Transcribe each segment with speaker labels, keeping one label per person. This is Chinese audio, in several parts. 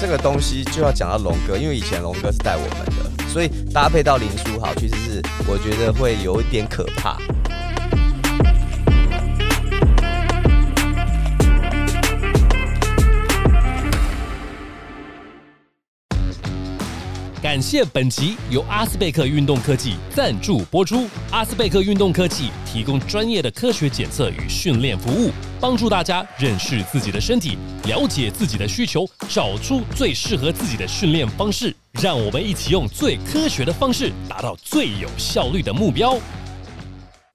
Speaker 1: 这个东西就要讲到龙哥，因为以前龙哥是带我们的，所以搭配到林书豪，其实是我觉得会有一点可怕。
Speaker 2: 感谢本集由阿斯贝克运动科技赞助播出。阿斯贝克运动科技提供专业的科学检测与训练服务，帮助大家认识自己的身体，了解自己的需求，找出最适合自己的训练方式。让我们一起用最科学的方式，达到最有效率的目标。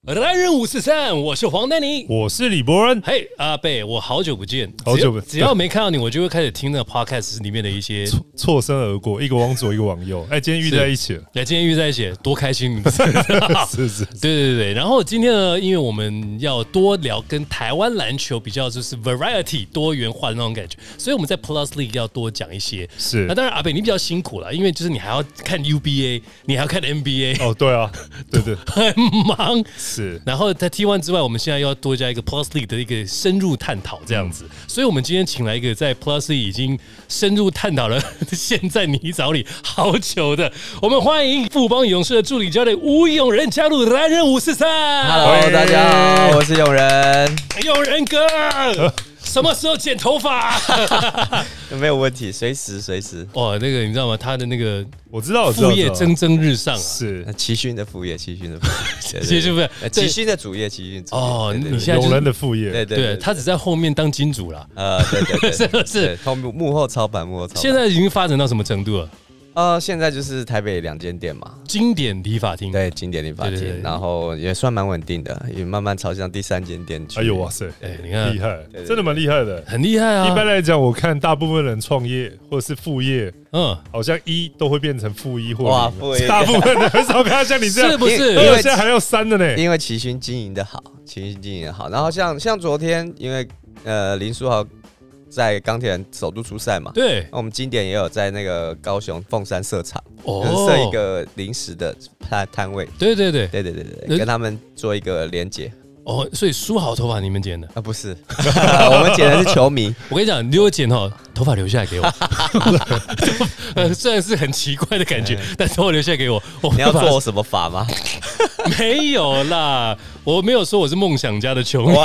Speaker 2: 男人五四三，我是黄丹妮。
Speaker 3: 我是李伯恩，
Speaker 2: 嘿、阿贝，我好久不见，
Speaker 3: 好久不
Speaker 2: 只要只要没看到你，我就会开始听那个 podcast 里面的一些
Speaker 3: 错错身而过，一个往左，一个往右。哎，今天遇在一起 了，
Speaker 2: 哎来，今天遇在一起，多开心！你知道吗
Speaker 3: 是是是
Speaker 2: 对对对，然后今天呢，因为我们要多聊跟台湾篮球比较，就是 variety 多元化的那种感觉，所以我们在 Plus League 要多讲一些。
Speaker 3: 是
Speaker 2: 那当然阿北你比较辛苦了，因为就是你还要看 UBA，你还要看 NBA，、
Speaker 3: 哦，对啊，对 对
Speaker 2: 很忙。
Speaker 3: 是，
Speaker 2: 然后在 T1 之外，我们现在要多加一个 Plus League 的一个深入探讨，这样
Speaker 3: 嗯
Speaker 2: 子。所以，我们今天请来一个在 Plus League 已经深入探讨了现在泥沼里好久的，我们欢迎富邦勇士的助理教练吴永仁加入男人五四三。哎
Speaker 1: Hello，
Speaker 3: 喂
Speaker 1: 大家好，我是永仁，
Speaker 2: 永仁哥，什么时候剪头 发？
Speaker 1: 没有问题，随时随时。
Speaker 2: 哇，那个你知道吗？他的那个
Speaker 3: 我知哦道，我知道
Speaker 2: 副业
Speaker 3: 我知道
Speaker 2: 蒸蒸日上啊。
Speaker 3: 是
Speaker 1: 那齐勋的副业，齐勋的副 业，
Speaker 2: 其实不是
Speaker 1: 呃
Speaker 2: 对
Speaker 1: 齐勋的主业，齐勋主业
Speaker 2: 哦
Speaker 1: 对对
Speaker 2: 你
Speaker 1: 对
Speaker 2: 现在就是
Speaker 3: 永人的副
Speaker 1: 对
Speaker 3: 业，
Speaker 1: 对
Speaker 2: 对
Speaker 1: 对，
Speaker 2: 他只在后面当金主了。
Speaker 1: 呃，对对 对，
Speaker 2: 是不是
Speaker 1: 对后幕幕后操盘，幕后操盘。
Speaker 2: 现在已经发展到什么程度了？
Speaker 1: 呃，现在就是台北两间店嘛，
Speaker 2: 经典理发厅。
Speaker 1: 对，经典理发
Speaker 2: 嗯对对对
Speaker 1: 厅，然后也算蛮稳定的，也慢慢朝向第三间店去。
Speaker 3: 哎呦哇，塞，
Speaker 2: 哎，你看
Speaker 3: 厉害
Speaker 1: 对，
Speaker 3: 真的蛮厉害的。
Speaker 2: 很厉害啊！
Speaker 3: 一般来讲，我看大部分人创业或者是副业，
Speaker 2: 嗯，
Speaker 3: 好像一都会变成负一或
Speaker 1: 哇
Speaker 3: 零啊
Speaker 1: 负一
Speaker 3: 大部分人很少看到像你这
Speaker 2: 是
Speaker 3: 样，
Speaker 2: 不
Speaker 1: 因
Speaker 3: 因
Speaker 1: 为
Speaker 2: 是？
Speaker 3: 为现在还要三的呢。
Speaker 1: 因为齐勋经营的好，齐勋经营的好，然后像像昨天，因为呃林书豪在钢铁人首都出赛嘛，
Speaker 2: 对，
Speaker 1: 那我们经典也有在那个高雄凤山设厂，
Speaker 2: 哦
Speaker 1: 就是设一个临时的摊摊位，
Speaker 2: 对对对，
Speaker 1: 对对对对
Speaker 2: 那
Speaker 1: 对，跟他们做一个连接
Speaker 2: 哦，所以梳好头发你们剪的。
Speaker 1: 啊，不是， 我们剪的是球 迷，
Speaker 2: 我跟你讲，你如果剪哦，头发留下来 给我。呃虽然是很奇怪的感觉，但头发留下来给我，我
Speaker 1: 嗯你要
Speaker 2: 会把
Speaker 1: 做我什么法 吗？
Speaker 2: 没有啦，我没有说我是梦想家的球迷，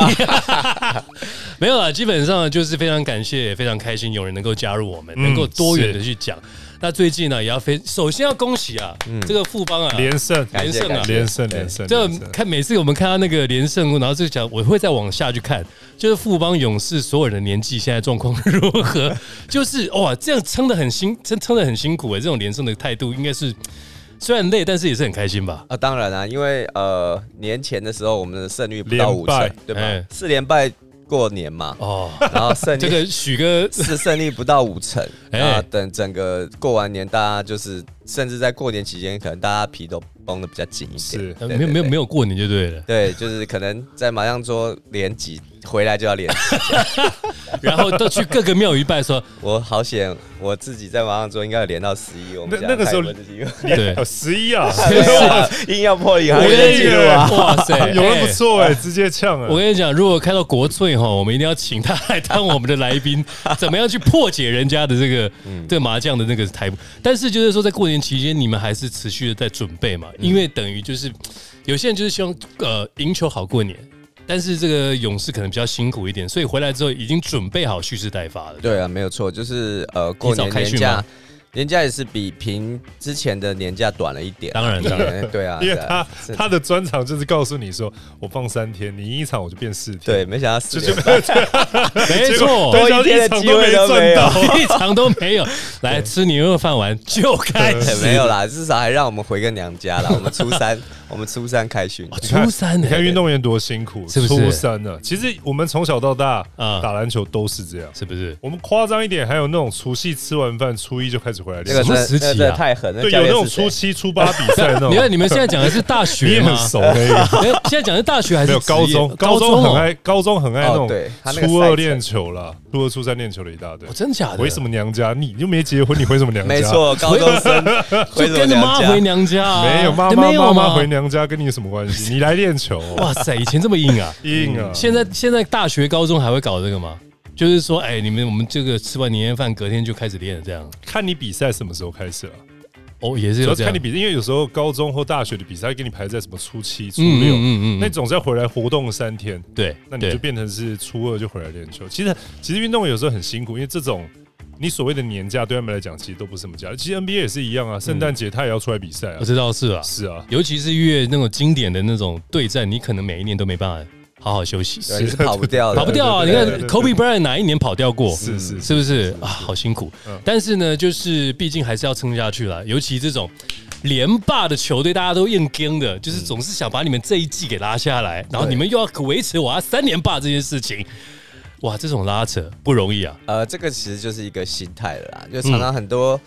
Speaker 2: 没有啦，基本上就是非常感谢，也非常开心有人能够加入我们，
Speaker 3: 嗯
Speaker 2: 能够多元的去讲。那最近呢，也要非首先要恭喜啊，
Speaker 1: 嗯
Speaker 2: 这个富邦啊，
Speaker 3: 连胜，
Speaker 1: 感谢
Speaker 2: 连胜啊
Speaker 1: 感谢
Speaker 3: 连胜，
Speaker 1: 对
Speaker 3: 连胜，
Speaker 2: 这
Speaker 3: 连胜
Speaker 2: 看每次我们看到那个连胜，然后就讲我会再往下去看，就是富邦勇士所有人的年纪现在状况 如何，就是哇，这样撑得很辛，撑撑得很辛苦哎、这种连胜的态度应该是虽然累，但是也是很开心吧？
Speaker 1: 啊，当然啦、因为呃年前的时候我们的胜率不到
Speaker 3: 连
Speaker 1: 五
Speaker 3: 败
Speaker 1: 成，对吧？
Speaker 2: 哎
Speaker 1: 四连败过年嘛，
Speaker 2: 哦，
Speaker 1: 然后胜率
Speaker 2: 这个许哥
Speaker 1: 是胜率不到五成，
Speaker 2: 哎
Speaker 1: 啊，等整个过完年，大家就是甚至在过年期间，可能大家皮都绷得比较紧一
Speaker 3: 是
Speaker 1: 点。
Speaker 2: 呃没有没有没有过年就对了，
Speaker 1: 对，就是可能在麻将桌连几回来就要连几，
Speaker 2: 然后都去各个庙宇拜 说，
Speaker 1: 我好险，我自己在麻将桌应该有连到十一，我们
Speaker 3: 那那个时 候
Speaker 1: 候
Speaker 2: 对，
Speaker 3: 哦十一啊，
Speaker 1: 硬要破银行
Speaker 3: 我
Speaker 1: 业
Speaker 3: 跟
Speaker 1: 纪
Speaker 3: 你
Speaker 1: 录啊！
Speaker 2: 哇塞，
Speaker 3: 有人不
Speaker 2: 哎
Speaker 3: 错哎，直接呛
Speaker 2: 我
Speaker 3: 啊。
Speaker 2: 跟你讲，如果开到国粹哈，我们一定要请他来当我们的来 宾，怎么样去破解人家的这个
Speaker 3: 嗯
Speaker 2: 这个麻将的那个台步？但是就是说，在过年期间，你们还是持续的在准备嘛，
Speaker 3: 嗯
Speaker 2: 因为等于就是有些人就是希望呃赢球好过年，但是这个勇士可能比较辛苦一点，所以回来之后已经准备好蓄势待发 了。
Speaker 1: 对啊，没有错，就是呃，过
Speaker 2: 提早
Speaker 1: 年
Speaker 2: 开
Speaker 1: 年
Speaker 2: 训吗
Speaker 1: 假，年假也是比平之前的年假短了一点。
Speaker 2: 当然，当然，
Speaker 1: 哎 对啊，
Speaker 3: 因为
Speaker 1: 对啊
Speaker 3: 他
Speaker 1: 是
Speaker 3: 他的专场就是告诉你说，我放三天，你一场我就变四天，
Speaker 1: 对，没想到四
Speaker 3: 就
Speaker 1: 连败，
Speaker 2: 没错，
Speaker 3: 结果 对
Speaker 1: 哦多
Speaker 3: 方
Speaker 1: 一天的
Speaker 3: 一场都没赚 到，
Speaker 2: 一场都没有。来吃年夜饭完就开
Speaker 1: 哎
Speaker 2: 始，
Speaker 1: 没有啦，至少还让我们回个娘家啦。我们初 三，我们初三欸开训，
Speaker 3: 你看
Speaker 2: 初三
Speaker 3: 你
Speaker 2: 呢
Speaker 3: 看运动员多辛苦，
Speaker 2: 是不是
Speaker 3: 初三呢、其实我们从小到大
Speaker 2: 啊
Speaker 3: 打篮球都是这样。
Speaker 2: 是不是？
Speaker 3: 我们夸张一点，还有那种除夕吃完饭，初一就开始回来
Speaker 1: 那
Speaker 3: 练
Speaker 1: 个
Speaker 2: 什
Speaker 3: 习。
Speaker 2: 么
Speaker 1: 真的
Speaker 2: 时期
Speaker 1: 那
Speaker 2: 啊
Speaker 1: 个真的太狠了。
Speaker 3: 对，
Speaker 1: 教
Speaker 3: 有那
Speaker 1: 练
Speaker 3: 种
Speaker 1: 是谁
Speaker 3: 初七、初八比赛 那种。
Speaker 2: 你看你们现在讲的是大
Speaker 3: 你
Speaker 2: 学
Speaker 1: 啊
Speaker 3: 也
Speaker 2: 吗？
Speaker 3: 很熟那个。
Speaker 2: 哎，现在讲的是大学还是
Speaker 3: 没有
Speaker 2: 职业哦
Speaker 3: 高中，高中很爱，高中很爱那
Speaker 1: 哦
Speaker 3: 种
Speaker 1: 对他那个
Speaker 3: 初二
Speaker 1: 赛程
Speaker 3: 练球啦，初二、初三练球的一大堆
Speaker 2: 哦，。真假的？
Speaker 3: 回什？么娘家？你又没结婚，你回什么娘家？
Speaker 1: 没， 错，高中生
Speaker 2: 就
Speaker 1: 回什么
Speaker 2: 跟着
Speaker 1: 娘
Speaker 2: 妈
Speaker 1: 家
Speaker 2: 回？娘家啊？
Speaker 3: 没有妈
Speaker 2: 哎
Speaker 3: 妈
Speaker 2: 没有
Speaker 3: 妈妈
Speaker 2: 吗
Speaker 3: 回娘家跟你有什么关系？你来练球，
Speaker 2: 哇塞，以前这么硬啊！
Speaker 3: 硬啊！
Speaker 2: 现在现在大学、高中还会搞这个吗？就是说，哎，你们我们这个吃完年夜饭隔天就开始练了，这样
Speaker 3: 看你比赛什么时候开始了、
Speaker 2: 哦，也是
Speaker 3: 主
Speaker 2: 有
Speaker 3: 要
Speaker 2: 这
Speaker 3: 是
Speaker 2: 样
Speaker 3: 看你。比赛，因为有时候高中或大学的比赛给你排在什么初七、初
Speaker 2: 嗯
Speaker 3: 六，
Speaker 2: 嗯嗯嗯
Speaker 3: 那总是要回来活动三天，
Speaker 2: 对，
Speaker 3: 那你
Speaker 2: 对
Speaker 3: 就变成是初二就回来练球。其实其实运动有时候很辛苦，因为这种你所谓的年假对他们来讲其实都不是什么假。其实 NBA 也是一样啊，圣诞节他也要出来比赛啊
Speaker 2: 我。知道是啊，
Speaker 3: 是啊，
Speaker 2: 尤其是越那种经典的那种对战，你可能每一年都没办法好好休息，
Speaker 1: 对，你是啊跑不掉的，
Speaker 2: 跑不掉啊！你
Speaker 3: 对
Speaker 2: 看
Speaker 3: 对对对
Speaker 2: Kobe Bryant 哪一年跑掉过？
Speaker 3: 是是
Speaker 2: 是不是啊？好辛苦
Speaker 3: 嗯。
Speaker 2: 但是呢，就是毕竟还是要撑下去啦。尤其这种连霸的球队，大家都硬跟的，就是总是想把你们这一季给拉下来，
Speaker 3: 嗯
Speaker 2: 然后你们又要维持我要三连霸这件事情。哇，这种拉扯不容易啊！
Speaker 1: 呃，这个其实就是一个心态了啦，就
Speaker 2: 嗯
Speaker 1: 常常很多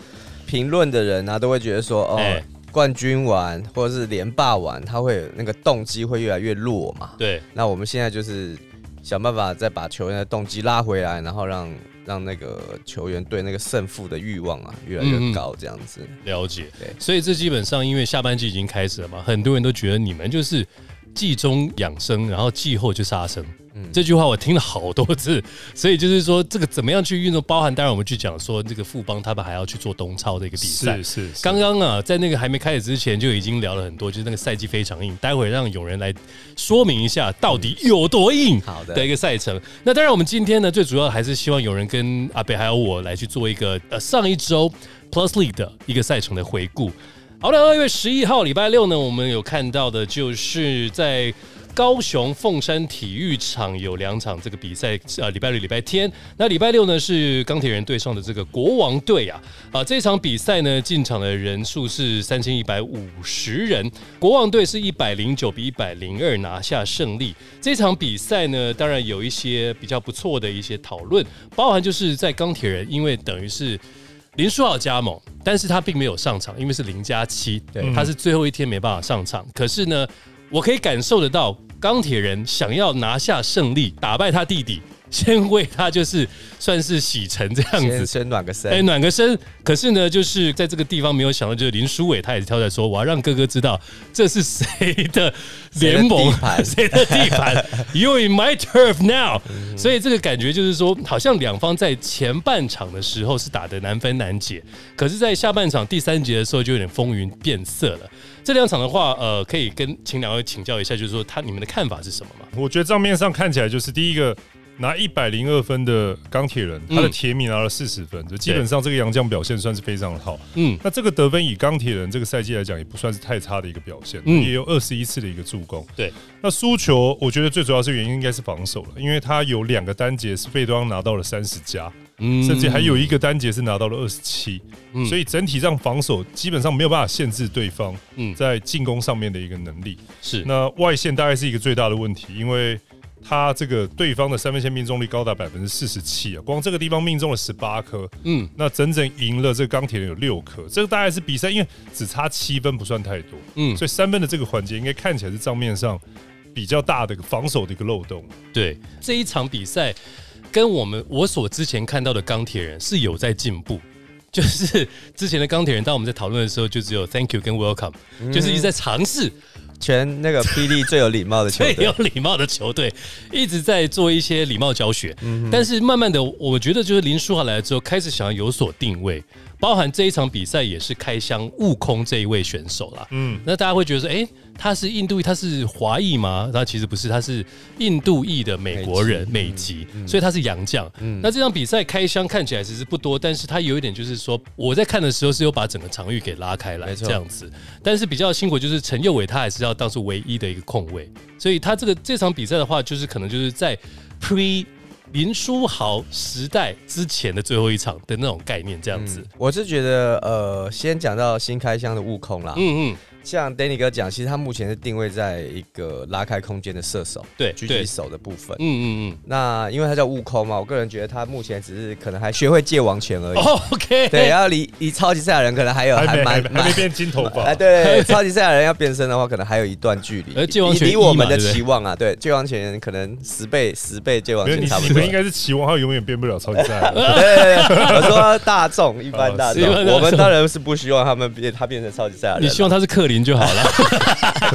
Speaker 1: 评论的人啊，都会觉得说，哦，
Speaker 2: 哎
Speaker 1: 冠军完或者是连霸完，他会有那个动机会越来越弱嘛。
Speaker 2: 对，
Speaker 1: 那我们现在就是想办法再把球员的动机拉回来，然后让让那个球员对那个胜负的欲望啊越来
Speaker 2: 嗯嗯
Speaker 1: 越高，这样子。
Speaker 2: 了解
Speaker 1: 对。
Speaker 2: 所以这基本上因为下半季已经开始了嘛，很多人都觉得你们就是季中养生，然后季后就杀生。
Speaker 1: 嗯
Speaker 2: 这句话我听了好多次， 所以就是说这个怎么样去运动，包含当然我们去讲说这个富邦他们还要去做东超的一个比赛
Speaker 3: 是。是是
Speaker 2: 刚刚啊，在那个还没开始之前就已经聊了很多，就是那个赛季非常硬，待会让永仁来说明一下到底有多硬。
Speaker 1: 好的
Speaker 2: 的一个赛程。那当然，我们今天呢，最主要还是希望有人跟阿北还有我来去做一个呃上一周 Plus League 的一个赛程的回顾。好的，二月十一号礼拜六呢，我们有看到的就是在。高雄凤山体育场有两场这个比赛，呃，礼拜六、礼拜天。那礼拜六呢是钢铁人对上的这个国王队啊，啊，这场比赛呢进场的人数是三千一百五十人，国王队是一百零九比一百零二拿下胜利。这场比赛呢，当然有一些比较不错的一些讨论，包含就是在钢铁人，因为等于是林书豪加盟，但是他并没有上场，因为是零加七，对，他是最后一天没办法上场。可是呢，我可以感受得到钢铁人想要拿下胜利，打败他弟弟，先为他就是算是洗尘这样子
Speaker 1: 先。先暖个
Speaker 2: 哎、
Speaker 1: 身，
Speaker 2: 暖个身。可是呢，就是在这个地方没有想到，就是林书伟他也是跳出来说，我要让哥哥知道这是谁的联盟
Speaker 1: 谁的地，盘
Speaker 2: 谁的地盘。You in my turf now、所以这个感觉就是说，好像两方在前半场的时候是打得难分难解，可是，在下半场第三节的时候就有点风云变色了。这两场的话，呃，可以跟请两位请教一下，就是说他你们的看法是什么吗？
Speaker 3: 我觉得账面上看起来就是第一个拿一百零二分的钢铁人，他的
Speaker 2: 嗯
Speaker 3: 铁米拿了四十分，就基本上这个洋将表现算是非常好。
Speaker 2: 嗯，
Speaker 3: 那这个得分以钢铁人这个赛季来讲，也不算是太差的一个表现，
Speaker 2: 嗯
Speaker 3: 也有二十一次的一个助攻。
Speaker 2: 对，
Speaker 3: 那输球，我觉得最主要是原因应该是防守了，因为他有两个单节是被对方拿到了三十加，
Speaker 2: 嗯
Speaker 3: 甚至还有一个单节是拿到了二十七
Speaker 2: 嗯，
Speaker 3: 所以整体上防守基本上没有办法限制对方
Speaker 2: 嗯
Speaker 3: 在进攻上面的一个能力。
Speaker 2: 是
Speaker 3: 那外线大概是一个最大的问题，因为他这个对方的三分线命中率高达百分之四十七啊，光这个地方命中了十八颗，
Speaker 2: 嗯
Speaker 3: 那整整赢了这个钢铁人有六颗，这个大概是比赛，因为只差七分不算太多，
Speaker 2: 嗯，
Speaker 3: 所以三分的这个环节应该看起来是账面上比较大的一个防守的一个漏洞。
Speaker 2: 对这一场比赛，跟我们我所之前看到的钢铁人是有在进步。 就是之前的钢铁人，当我们在讨论的时候，就只有 Thank you 跟 Welcome，、就是一直在尝试
Speaker 1: 全 那个霹雳最有礼貌的球
Speaker 2: 最有
Speaker 1: 队，
Speaker 2: 礼貌的球队， 一直在做一些礼貌教学。但是慢慢的，我觉得就是林书豪来了之后，开始想要有所定位，包含这一场比赛也是开箱悟空这一位选手啦。
Speaker 3: 嗯，
Speaker 2: 那大家会觉得说，哎、他是印度裔，他是华裔吗？那其实不是，他是印度裔的美国人，美籍，所以他是洋将。那这场比赛开箱看起来其实不多，但是他有一点就是说，我在看的时候是有把整个场域给拉开来
Speaker 1: 没错
Speaker 2: 这样子，但是比较辛苦就是陈佑伟他还是要当做唯一的一个控卫，所以他这个这场比赛的话，就是可能就是在 pre。林书豪时代之前的最后一场的那种概念，这样子，
Speaker 1: 嗯我是觉得呃，先讲到新开箱的悟空啦，
Speaker 2: 嗯嗯，
Speaker 1: 像 Danny 哥讲，其实他目前是定位在一个拉开空间的射手，
Speaker 2: 对
Speaker 1: 狙
Speaker 2: 对
Speaker 1: 击手的部分。
Speaker 2: 嗯嗯
Speaker 1: 那因为他叫悟空嘛，我个人觉得他目前只是可能还学会借网拳而
Speaker 2: 嗯
Speaker 1: 已。
Speaker 2: ，OK，
Speaker 1: 对，然后离离超级赛亚人可能还有
Speaker 3: 还没还
Speaker 1: 蛮
Speaker 3: 没还
Speaker 1: 蛮
Speaker 3: 没变金头发
Speaker 1: 哎，，对，超级赛亚人要变身的话，可能还有一段距离
Speaker 2: 呃，戒王
Speaker 1: 离
Speaker 2: 拳
Speaker 1: 离我
Speaker 2: 一嘛
Speaker 1: 们的
Speaker 2: 对不对
Speaker 1: 期望啊，对，戒王拳可能十倍十倍戒王
Speaker 3: 没有
Speaker 1: 拳
Speaker 3: 你
Speaker 1: 差不
Speaker 3: 你
Speaker 1: 多
Speaker 3: 们。应该是期望他永远变不了超级赛亚 人。
Speaker 1: 对对对，我说大众一般大
Speaker 2: 哦
Speaker 1: 众
Speaker 2: 一般大，众
Speaker 1: 我们当然是不希望他们变他变成超级赛亚人啊，
Speaker 2: 你希望他是克零就好 了。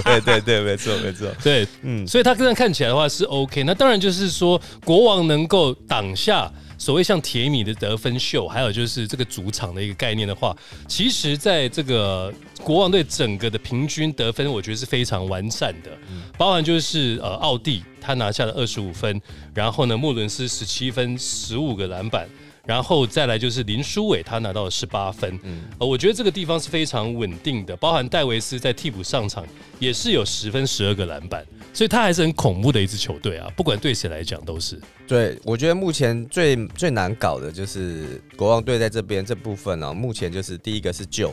Speaker 1: 对对对，没错没错，
Speaker 2: 对，
Speaker 1: 嗯，
Speaker 2: 所以他这样看起来的话是 OK。那当然就是说，国王能够挡下所谓像铁米的得分秀，还有就是这个主场的一个概念的话，其实在这个国王队整个的平均得分，我觉得是非常完善的，
Speaker 1: 嗯
Speaker 2: 包含就是呃奥地他拿下了二十五分，然后呢穆伦斯十七分，十五个篮板。然后再来就是林书伟，他拿到了十八分，呃，我觉得这个地方是非常稳定的，包含戴维斯在替补上场也是有十分十二个篮板，所以他还是很恐怖的一支球队啊，不管对谁来讲都是。
Speaker 1: 对，我觉得目前最最难搞的就是国王队在这边这部分呢、目前就是第一个是旧，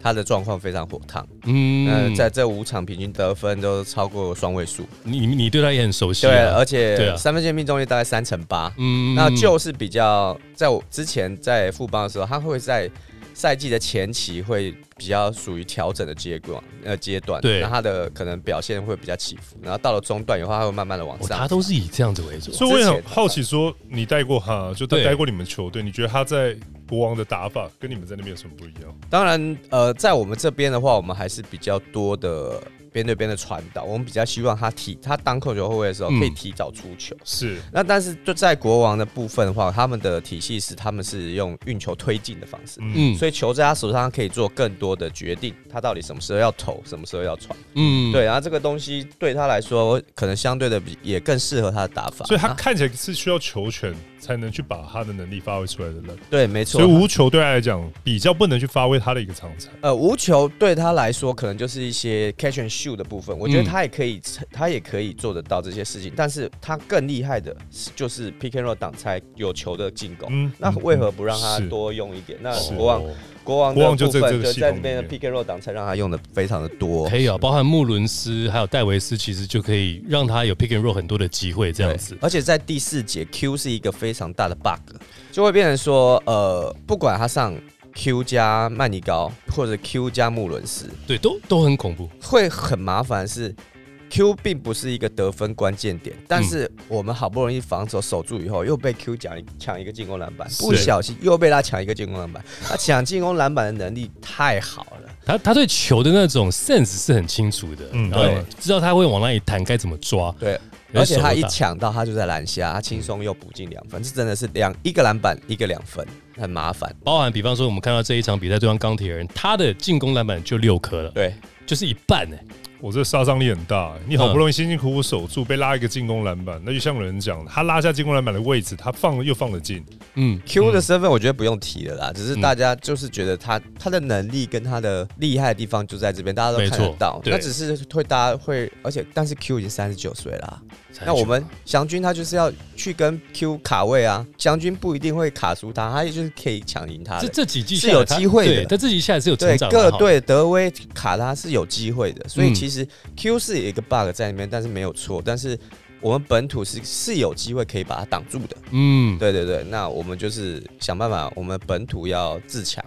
Speaker 1: 他的状况非常火烫，
Speaker 2: 嗯，
Speaker 1: 嗯，在这五场平均得分都超过双位数，
Speaker 2: 你你你对他也很熟悉、
Speaker 1: 对，
Speaker 2: 啊，
Speaker 1: 而
Speaker 2: 对啊
Speaker 1: 且三分线命中率大概三成八，
Speaker 2: 嗯
Speaker 1: 那就是比较在我之前在富邦的时候，他会在赛季的前期会比较属于调整的阶段，呃阶段，
Speaker 2: 对
Speaker 1: 那他的可能表现会比较起伏，然后到了中段以后，他会慢慢的往
Speaker 2: 哦
Speaker 1: 上。
Speaker 2: 他都是以这样子为主。啊
Speaker 3: 所以我也很好奇，说你带过他，就他
Speaker 2: 对
Speaker 3: 带过你们球队，你觉得他在国王的打法跟你们在那边有什么不一样？
Speaker 1: 当然，呃，在我们这边的话，我们还是比较多的边对边的传导，我们比较希望他提他当控球后卫的时候
Speaker 2: 嗯
Speaker 1: 可以提早出球。
Speaker 3: 是
Speaker 1: 那但是就在国王的部分的话，他们的体系是他们是用运球推进的方式，
Speaker 2: 嗯
Speaker 1: 所以球在他手上，他可以做更多的决定，他到底什么时候要投，什么时候要传。
Speaker 2: 嗯，
Speaker 1: 对，然后这个东西对他来说，可能相对的比也更适合他的打法。
Speaker 3: 所以他
Speaker 1: 啊
Speaker 3: 看起来是需要球权才能去把他的能力发挥出来的人，
Speaker 1: 对，没错
Speaker 2: 啊
Speaker 3: 所以。无球对他来讲比较不能去发挥他的一个长才。
Speaker 1: 呃，无球对他来说可能就是一些 catch and shoot 的部分，我觉得
Speaker 2: 嗯
Speaker 1: 他也可以，他也可以做得到这些事情。但是他更厉害的是，就是 pick and roll 挡拆有球的进攻。
Speaker 3: 嗯
Speaker 1: 那为何不让他
Speaker 3: 是
Speaker 1: 多用一点？那
Speaker 3: 是
Speaker 1: 国王
Speaker 3: 哦
Speaker 1: 国王
Speaker 3: 国王
Speaker 1: 的
Speaker 3: 就
Speaker 1: 部
Speaker 3: 在这
Speaker 1: 分
Speaker 3: 个
Speaker 1: 就
Speaker 3: 系
Speaker 1: 在
Speaker 3: 统
Speaker 1: 这边的
Speaker 3: 里
Speaker 1: pick and roll 挡拆让他用的非常的多。
Speaker 2: 可以啊，包含穆伦斯还有戴维斯，其实就可以让他有 pick and roll 很多的机会，这样
Speaker 1: 对
Speaker 2: 子。
Speaker 1: 而且在第四节，Q 是一个非常大的 bug，就会变成说，呃，不管他上 Q 加曼尼高或者 Q 加穆伦斯，
Speaker 2: 对，都都很恐怖。
Speaker 1: 会很麻烦是。Q 并不是一个得分关键点，但是我们好不容易防守守住以后，又被 Q 抢抢一个进攻篮板，
Speaker 3: 是
Speaker 1: 不小心又被他抢一个进攻篮板。他抢进攻篮板的能力太好了，
Speaker 2: 他他对球的那种 sense 是很清楚的，
Speaker 3: 嗯
Speaker 2: 然后
Speaker 1: 对
Speaker 2: 知道他会往哪里弹，该怎么抓。
Speaker 1: 对，
Speaker 2: 有
Speaker 1: 而且
Speaker 2: 手
Speaker 1: 他一
Speaker 2: 打
Speaker 1: 抢到他就在篮下，他轻松又补进两分，这真的是两一个篮板一个两分，很麻烦。
Speaker 2: 包含比方说我们看到这一场比赛对方钢铁人，他的进攻篮板就六颗了，
Speaker 1: 对，
Speaker 2: 就是一半哎、
Speaker 3: 我这杀伤力很大、你好不容易辛辛苦苦守住，被拉一个进攻篮板，那就像有人讲，他拉下进攻篮板的位置，他放又放得进，
Speaker 2: 嗯，
Speaker 1: Q 的身份我觉得不用提了啦，只是大家就是觉得他他的能力跟他的厉害的地方就在这边，大家都
Speaker 2: 没
Speaker 1: 看得
Speaker 2: 错
Speaker 1: 到。
Speaker 2: 对
Speaker 1: 那只是会大家会，而且但是 Q 已经三十九岁啦、
Speaker 2: 才
Speaker 1: 那我
Speaker 2: 九
Speaker 1: 们祥军他就是要去跟 Q 卡位啊，祥军不一定会卡住他，他也就是可以抢赢他
Speaker 2: 这
Speaker 1: 的。
Speaker 2: 这几季
Speaker 1: 是
Speaker 2: 下来
Speaker 1: 有
Speaker 2: 他
Speaker 1: 机会的
Speaker 2: 对，他这几季下来是有成
Speaker 1: 对
Speaker 2: 长的哈，
Speaker 1: 各队德威卡他是有机会的，所
Speaker 2: 嗯
Speaker 1: 以其实 Q 是有一个 bug 在里面，但是没有错，但是我们本土是是有机会可以把它挡住的。
Speaker 2: 嗯，
Speaker 1: 对对对，那我们就是想办法，我们本土要自强。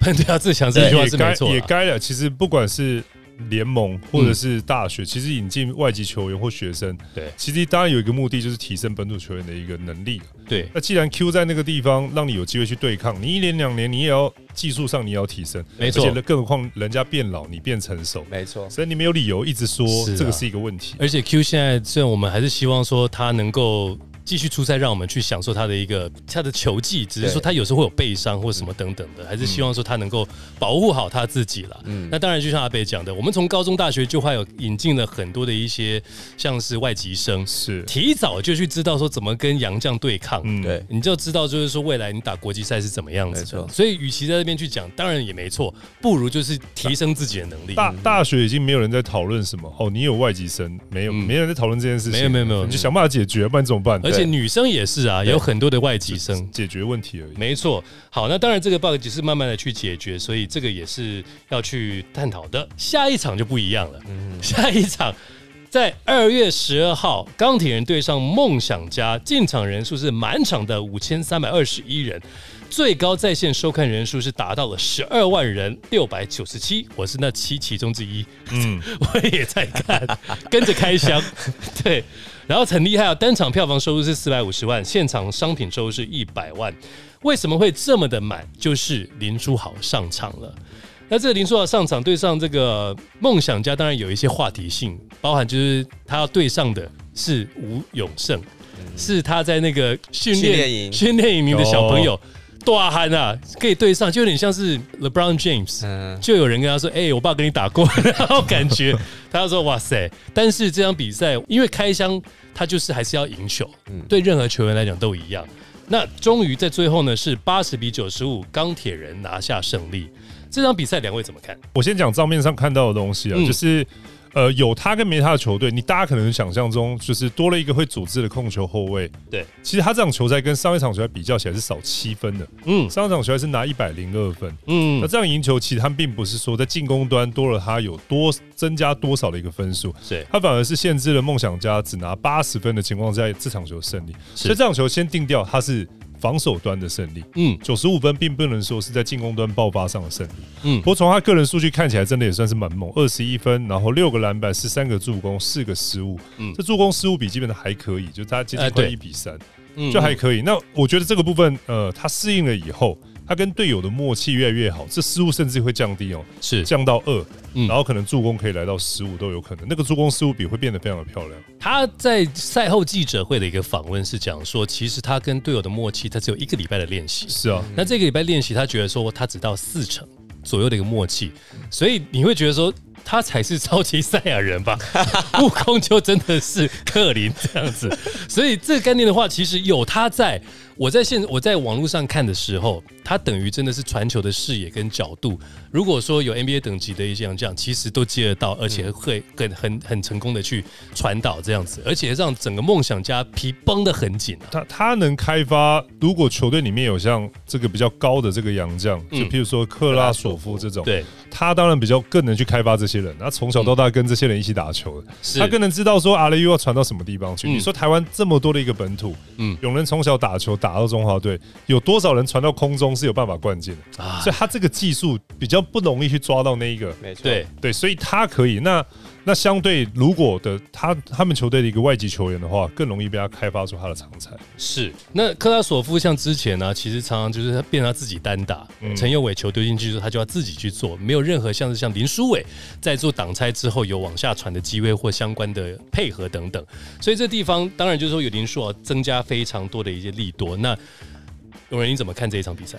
Speaker 2: 喷掉啊自强这
Speaker 3: 也
Speaker 2: 句话
Speaker 3: 该
Speaker 2: 是没错啦，啊
Speaker 3: 也该了。其实不管是联盟或者是大学，其实引进外籍球员或学生，
Speaker 2: 对
Speaker 3: 其实当然有一个目的，就是提升本土球员的一个能力。啊
Speaker 2: 对，
Speaker 3: 那既然 Q 在那个地方，让你有机会去对抗，你一年两年，你也要技术上你也要提升，
Speaker 2: 没错
Speaker 3: 而且更何况人家变老，你变成熟，
Speaker 1: 没错，
Speaker 3: 所以你没有理由一直说
Speaker 2: 是啊
Speaker 3: 这个是一个问题。
Speaker 2: 而且 Q 现在虽然我们还是希望说他能够。继续出赛，让我们去享受他的一个他的球技，只是说
Speaker 1: 对
Speaker 2: 他有时候会有背伤或什么等等的，还是希望说他能够保护好他自己啦。
Speaker 1: 嗯
Speaker 2: 那当然，就像阿北讲的，我们从高中、大学就会有引进了很多的一些像是外籍生，
Speaker 3: 是，
Speaker 2: 提早就去知道说怎么跟洋将对抗，
Speaker 3: 嗯
Speaker 1: 对，
Speaker 2: 你就知道就是说未来你打国际赛是怎么样子
Speaker 1: 没错
Speaker 2: 的。所以，与其在这边去讲，当然也没错，不如就是提升自己的能力。
Speaker 3: 大大学已经没有人在讨论什么哦，你有外籍生没有？
Speaker 2: 嗯
Speaker 3: 没人在讨论这件事情。
Speaker 2: 没有没有没有
Speaker 3: 你就想办法解决，不然怎么办？
Speaker 2: 而且
Speaker 3: 对
Speaker 2: 女生也是啊，有很多的外籍生。
Speaker 3: 解决问题而已。
Speaker 2: 没错，好，那当然这个 bug 只是慢慢的去解决，所以这个也是要去探讨的。下一场就不一样了，下一场在二月十二号，钢铁人对上梦想家，进场人数是满场的五千三百二十一人，最高在线收看人数是达到了十二万人六百九十七，我是那七其中之一，嗯，我也在看，跟着开箱，对。然后很厉害啊，单场票房收入是四百五十万，现场商品收入是一百万。为什么会这么的满？就是林书豪上场了。那这个林书豪上场对上这个梦想家，当然有一些话题性，包含就是他要对上的是吴永胜，是他在那个训
Speaker 1: 嗯训练
Speaker 2: 练
Speaker 1: 营哦
Speaker 2: 训练营里的小朋友。大喊啊，可以对上，就有点像是 LeBron James，
Speaker 1: 嗯，
Speaker 2: 就有人跟他说：“哎、我爸跟你打过。” 然后感 觉他就说：“哇塞！”但是这场比赛因为开箱，他就是还是要赢球，
Speaker 3: 嗯
Speaker 2: 对任何球员来讲都一样。那终于在最后呢，是八十比九十五，钢铁人拿下胜利。这场比赛两位怎么看？
Speaker 3: 我先讲账面上看到的东西啊，
Speaker 2: 嗯
Speaker 3: 就是呃有他跟没他的球队，你大家可能想象中就是多了一个会组织的控球后卫。
Speaker 2: 对，
Speaker 3: 其实他这场球赛跟上一场球赛比较起来是少七分的，
Speaker 2: 嗯
Speaker 3: 上一场球赛是拿一百零二分。那
Speaker 2: 嗯，
Speaker 3: 这样赢球，其实他们并不是说在进攻端多了他有多增加多少的一个分数，
Speaker 2: 是
Speaker 3: 他反而是限制了梦想家只拿八十分的情况下这场球胜利。
Speaker 2: 是
Speaker 3: 所以这场球先定掉，它是防守端的胜利。
Speaker 2: 嗯
Speaker 3: 九十五分并不能说是在进攻端爆发上的胜利。
Speaker 2: 嗯
Speaker 3: 嗯，不过从他个人数据看起来，真的也算是蛮猛，二十一分，然后六个篮板，十三个助攻，四个失误。
Speaker 2: 嗯
Speaker 3: 嗯，这助攻失误比基本的还可以，就他接
Speaker 2: 哎
Speaker 3: 近快
Speaker 2: 对
Speaker 3: 一比三、
Speaker 2: 嗯
Speaker 3: 就还可以。那我觉得这个部分，呃，他适应了以后，他跟队友的默契越来越好，这失误甚至会降低哦，
Speaker 2: 是
Speaker 3: 降到二、
Speaker 2: 嗯
Speaker 3: 然后可能助攻可以来到十五都有可能。那个助攻失误比会变得非常的漂亮。
Speaker 2: 他在赛后记者会的一个访问是讲说，其实他跟队友的默契，他只有一个礼拜的练习，
Speaker 3: 是啊，
Speaker 2: 那这个礼拜练习，他觉得说他只到四成左右的一个默契，所以你会觉得说他才是超级赛亚人吧？悟空就真的是克林这样子。所以这个概念的话，其实有他在，我在现我在网络上看的时候，他等于真的是传球的视野跟角度。如果说有 NBA 等级的一些这样，其实都接得到，而且会很很很成功的去传导这样子，而且让整个梦想家皮绷得很紧啊。
Speaker 3: 他他能开发，如果球队里面有像这个比较高的这个洋将，就
Speaker 2: 嗯
Speaker 3: 譬如说克拉索夫这种，
Speaker 2: 对，
Speaker 3: 他当然比较更能去开发这些人。他从小到大跟这些人一起打球的，
Speaker 2: 是
Speaker 3: 他更能知道说阿雷又要传到什么地方去。
Speaker 2: 嗯
Speaker 3: 你说台湾这么多的一个本土，
Speaker 2: 嗯
Speaker 3: 嗯，有人从小打球打到中华队，有多少人传到空中是有办法灌进的？
Speaker 2: 啊
Speaker 3: 所以他这个技术比较不容易去抓到那一个，
Speaker 1: 没错，
Speaker 2: 对，
Speaker 3: 对，所以他可以。那那相对如果的他他们球队的一个外籍球员的话，更容易被他开发出他的长才。
Speaker 2: 是，那克拉索夫像之前呢、啊其实常常就是他变成他自己单打，陈佑伟球丢进去之后，他就要自己去做，没有任何像是像林书伟在做挡拆之后有往下传的机会或相关的配合等等，所以这地方当然就是说有林书豪增加非常多的一些利多。那永仁，你怎么看这一场比赛？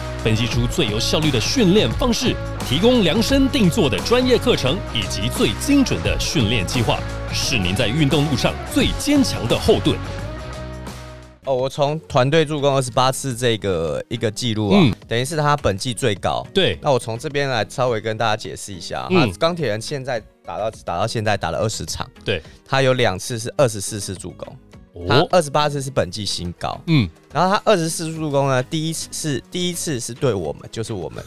Speaker 2: 分析出最有效率的训练方式，提供量身定做的专业课程以及最精准的训练计划，是您在运动路上最坚强的后盾。
Speaker 1: 哦，我从团队助攻二十八次这个一个记录啊，
Speaker 2: 嗯
Speaker 1: 等于是他本季最高。
Speaker 2: 对，
Speaker 1: 那我从这边来稍微跟大家解释一下，
Speaker 2: 嗯
Speaker 1: 啊，钢铁人现在打到打到现在打了二十场，
Speaker 2: 对，
Speaker 1: 他有两次是二十四次助攻，他
Speaker 2: 哦，
Speaker 1: 二十八次是本季新高。
Speaker 2: 嗯，
Speaker 1: 然后他二十四助攻呢，第一次是第一次是对我们，就是我 们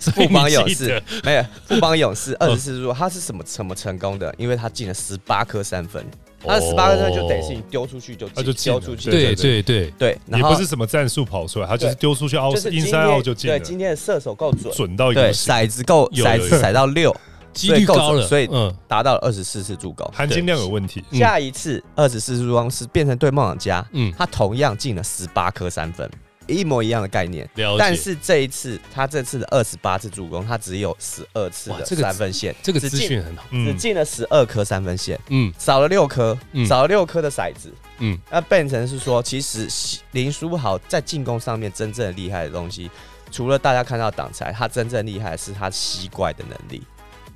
Speaker 2: 所以
Speaker 1: 富邦勇
Speaker 2: 你记
Speaker 1: 士
Speaker 2: 得，
Speaker 1: 没有富邦勇士二十四助攻，他是什么怎么成功的？因为他进了十八颗三分，他的十八颗三分就等于是你丢出去就
Speaker 3: 哦他就进
Speaker 1: 丢
Speaker 3: 了
Speaker 1: 出去，
Speaker 2: 对对对，
Speaker 1: 对，然
Speaker 3: 也
Speaker 1: 后
Speaker 3: 不是什么战术跑出来，他就是
Speaker 1: 对
Speaker 3: 丢出去 out
Speaker 1: 就是今
Speaker 3: inside
Speaker 1: 天
Speaker 3: out 就进了
Speaker 1: 对，，今天的射手够准，
Speaker 3: 准到一个
Speaker 1: 对，
Speaker 3: 不行
Speaker 1: 骰子够
Speaker 2: 有有
Speaker 1: 骰子
Speaker 2: 有
Speaker 1: 骰到六，
Speaker 2: 几率高了，
Speaker 1: 所以
Speaker 2: 嗯，
Speaker 1: 达到了二十四次助攻。
Speaker 3: 含金量有问题。
Speaker 2: 嗯
Speaker 1: 下一次二十四助攻是变成对梦想家，
Speaker 2: 嗯
Speaker 1: 嗯，他同样进了十八颗三分，一模一样的概念。
Speaker 2: 了解。
Speaker 1: 但是这一次，他这次的二十八次助攻，他只有十二次
Speaker 2: 哇
Speaker 1: 的
Speaker 2: 这个
Speaker 1: 三分线，
Speaker 2: 这个
Speaker 1: 只
Speaker 2: 资
Speaker 1: 进
Speaker 2: 讯很好，
Speaker 1: 只
Speaker 3: 嗯，
Speaker 1: 进了十二颗三分线，
Speaker 2: 嗯
Speaker 1: 少了六颗
Speaker 2: 嗯，
Speaker 1: 少了六颗的骰子，
Speaker 2: 嗯
Speaker 1: 嗯，那变成是说，其实林书豪在进攻上面真正厉害的东西，除了大家看到挡拆，他真正厉害的是他吸怪的能力，